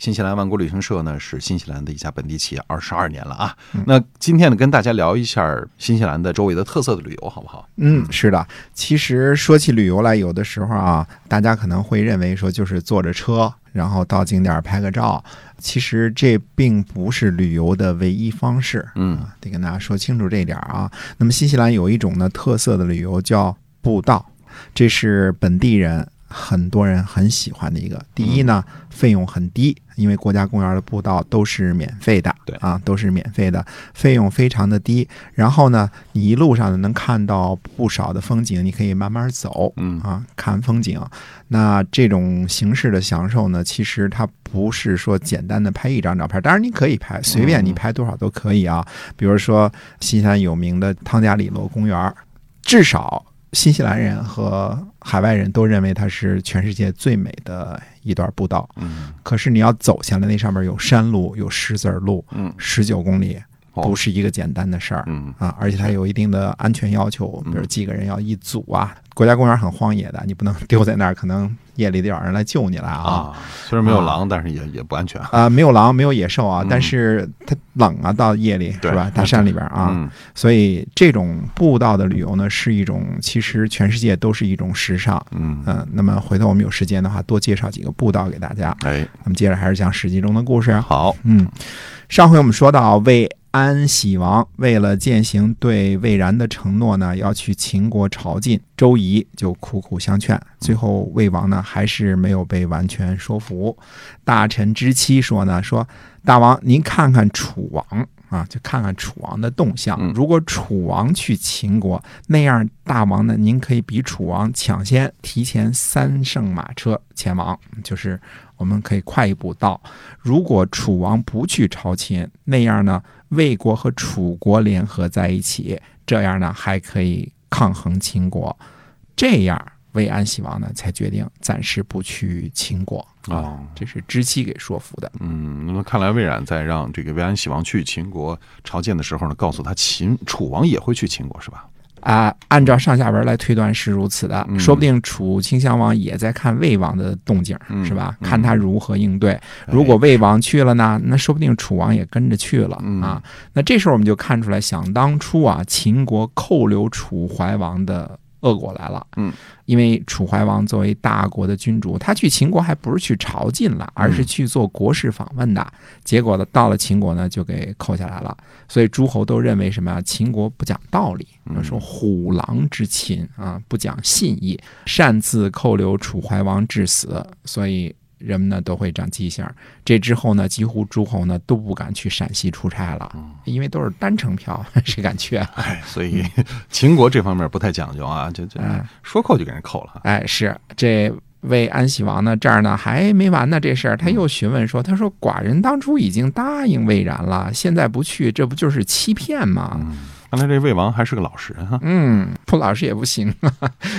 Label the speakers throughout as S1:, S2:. S1: 新西兰万国旅行社呢，是新西兰的一家本地企业，二十二年了啊。那今天呢，跟大家聊一下新西兰的周围的特色的旅游，好不好？
S2: 嗯，是的。其实说起旅游来，有的时候啊，大家可能会认为说就是坐着车，然后到景点拍个照。其实这并不是旅游的唯一方式，
S1: 嗯
S2: 啊得跟大家说清楚这一点啊。那么新西兰有一种呢特色的旅游叫步道，这是本地人很多人很喜欢的一个。第一呢，费用很低，因为国家公园的步道都是免费的，
S1: 对
S2: 啊，都是免费的，费用非常的低。然后呢，你一路上呢能看到不少的风景，你可以慢慢走，
S1: 嗯
S2: 啊，看风景。那这种形式的享受呢，其实它不是说简单的拍一张照片，当然你可以拍，随便你拍多少都可以啊。比如说新西兰有名的汤加里洛公园儿，至少新西兰人和海外人都认为它是全世界最美的一段步道。
S1: 嗯
S2: 可是你要走下来，那上面有山路，有石子儿路，
S1: 嗯
S2: 十九公里
S1: 哦
S2: 不是一个简单的事儿。
S1: 嗯
S2: 啊，而且它有一定的安全要求，比如
S1: 嗯
S2: 几个人要一组啊。国家公园很荒野的，你不能丢在那儿，可能夜里得有人来救你了啊。
S1: 啊，虽然没有狼，但是也也不安全。
S2: 啊、没有狼，没有野兽啊，但
S1: 嗯
S2: 是它冷啊，到夜里是
S1: 对
S2: 吧？大山里边啊，
S1: 嗯
S2: 所以这种步道的旅游呢，是一种其实全世界都是一种时尚。
S1: 嗯，
S2: 嗯，那么回头我们有时间的话，多介绍几个步道给大家。
S1: 哎，
S2: 那么接着还是讲《史记》中的故事啊。
S1: 好，
S2: 嗯，上回我们说到魏安喜王为了践行对魏然的承诺呢，要去秦国朝觐，周仪就苦苦相劝，最后魏王呢还是没有被完全说服。大臣之妻说呢，说大王您看看楚王。啊，就看看楚王的动向
S1: 嗯。
S2: 如果楚王去秦国，那样大王呢，您可以比楚王抢先提前三胜马车前往，就是我们可以快一步到。如果楚王不去朝秦，那样呢，魏国和楚国联合在一起，这样呢还可以抗衡秦国。这样，魏安喜王呢才决定暂时不去秦国。
S1: 哦，
S2: 这是知妻给说服的。
S1: 嗯，那么看来魏冉在让这个魏安喜王去秦国朝见的时候呢，告诉他秦楚王也会去秦国是吧？
S2: 啊、按照上下文来推断是如此的，
S1: 嗯
S2: 说不定楚顷襄王也在看魏王的动静，
S1: 嗯
S2: 是吧？
S1: 嗯
S2: 看他如何应对。如
S1: 哎
S2: 果魏王去了呢，那说不定楚王也跟着去了
S1: 嗯
S2: 啊。那这时候我们就看出来，想当初啊，秦国扣留楚怀王的恶果来了。
S1: 嗯，
S2: 因为楚怀王作为大国的君主，他去秦国还不是去朝觐了，而是
S1: 嗯
S2: 去做国事访问的。结果呢，到了秦国呢，就给扣下来了。所以诸侯都认为什么啊？秦国不讲道理，
S1: 嗯
S2: 说虎狼之秦啊，不讲信义，擅自扣留楚怀王致死，所以人们呢都会长记性儿。这之后呢，几乎诸侯呢都不敢去陕西出差了，因为都是单程票， 谁敢去啊？
S1: 哎，所以 秦国这方面不太讲究啊，就就
S2: 哎
S1: 说扣就给人扣了。
S2: 哎，是这魏安喜王呢，这儿呢还没完呢，这事儿他又询问说，他说寡人当初已经答应魏然了，现在不去，这不就是欺骗吗？
S1: 嗯，看来这魏王还是个老实人哈，
S2: 嗯，不老实也不 行，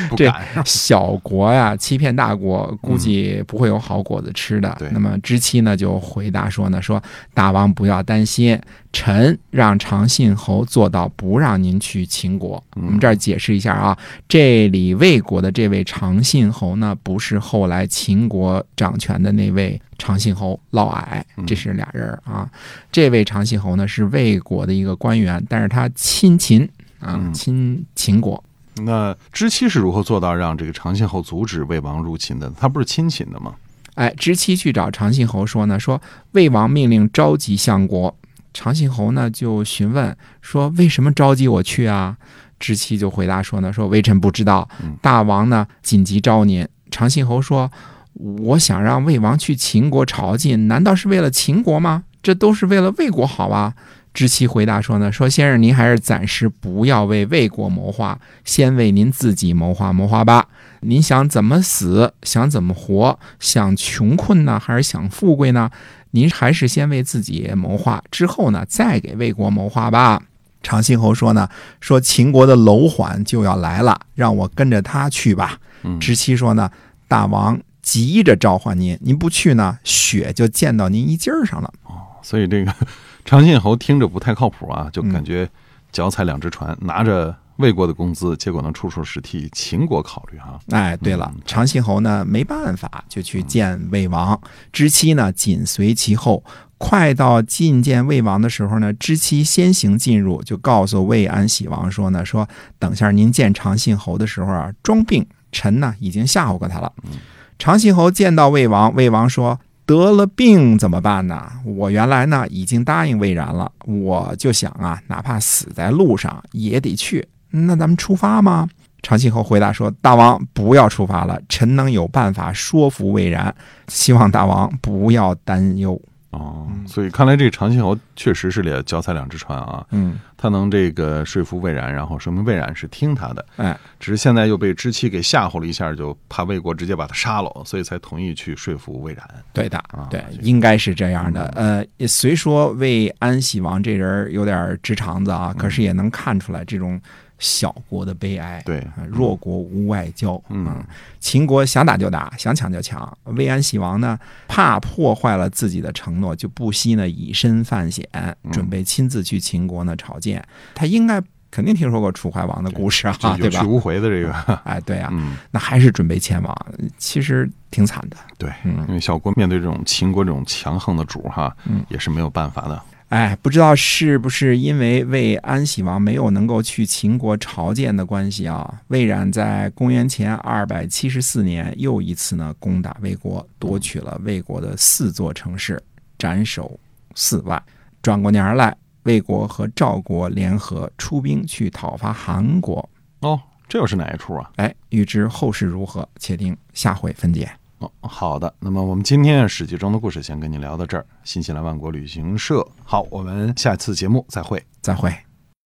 S1: 不
S2: 这
S1: 敢。
S2: 小国呀欺骗大国，估计不会有好果子吃的。
S1: 嗯对
S2: 那么知妻呢就回答说呢，说大王不要担心，臣让长信侯做到不让您去秦国。
S1: 嗯
S2: 我们这儿解释一下啊，这里魏国的这位长信侯呢，不是后来秦国掌权的那位长信侯嫪毐，
S1: 嗯
S2: 这是俩人儿啊。这位长信侯呢是魏国的一个官员，但是他亲秦啊，
S1: 嗯
S2: 亲秦国。
S1: 那知妻是如何做到让这个长信侯阻止魏王入秦的？他不是亲秦的吗？
S2: 哎，知妻去找长信侯说呢，说魏王命令召集相国。长信侯呢就询问说，为什么召集我去啊？知妻就回答说呢，说微臣不知道
S1: 嗯，
S2: 大王呢紧急召您。长信侯说，我想让魏王去秦国朝觐，难道是为了秦国吗？这都是为了魏国好啊。知妻回答说呢，说先生您还是暂时不要为魏国谋划，先为您自己谋划谋划吧。您想怎么死，想怎么活，想穷困呢，还是想富贵呢？您还是先为自己谋划，之后呢，再给魏国谋划吧。长信侯说呢，说秦国的楼缓就要来了，让我跟着他去吧。
S1: 嗯
S2: 直妻说呢，大王急着召唤您，您不去呢，雪就溅到您衣襟儿上了。
S1: 所以这个长信侯听着不太靠谱啊，就
S2: 嗯
S1: 感觉脚踩两只船，拿着魏国的工资，结果能处处是替秦国考虑啊。
S2: 哎，对了
S1: 嗯，
S2: 长信侯呢没办法，就去见魏王。知妻呢紧随其后。快到觐见魏王的时候呢，知妻先行进入，就告诉魏安喜王说呢，说等下您见长信侯的时候啊，装病，臣呢已经吓唬过他了。长信侯见到魏王，魏王说。得了病怎么办呢？我原来呢已经答应魏然了，我就想啊，哪怕死在路上也得去。那咱们出发吗？长信侯回答说：“大王不要出发了，臣能有办法说服魏然，希望大王不要担忧。
S1: 哦，
S2: 嗯
S1: 所以看来这个长信侯确实是两脚踩两只船啊，”
S2: 嗯，
S1: 他能这个说服魏然，然后说明魏然是听他的。
S2: 哎，
S1: 只是现在又被知妻给吓唬了一下，就怕魏国直接把他杀了，所以才同意去说服魏然。
S2: 对的
S1: 啊，
S2: 对
S1: 这，个
S2: 应该是这样的。呃，也虽说魏安喜王这人儿有点儿直肠子啊，可是也能看出来这种小国的悲哀。
S1: 对，
S2: 啊弱国无外交。
S1: 嗯
S2: 啊，秦国想打就打，想抢就抢。魏安喜王呢，怕破坏了自己的承诺，就不惜呢以身犯险，
S1: 嗯
S2: 准备亲自去秦国呢朝见。他应该肯定听说过楚怀王的故事啊，
S1: 这有
S2: 对
S1: 去
S2: 吧？
S1: 无回的这个，
S2: 哎，对啊，
S1: 嗯，
S2: 那还是准备前往，其实挺惨的。
S1: 对，
S2: 嗯
S1: 因，为小国面对这种秦国这种强横的主哈
S2: 嗯，
S1: 也是没有办法的。
S2: 哎，不知道是不是因为魏安喜王没有能够去秦国朝见的关系啊，魏冉在公元前二百七十四年又一次呢攻打魏国，夺取了魏国的四座城市，斩首四万。转过年儿来，魏国和赵国联合出兵去讨伐韩国。
S1: 哦，这又是哪一出啊？
S2: 哎，欲知后事如何，且听下回分解。
S1: 哦，好的。那么我们今天《史记》中的故事先跟您聊到这儿。新西兰万国旅行社，好，我们下次节目再会。
S2: 再会。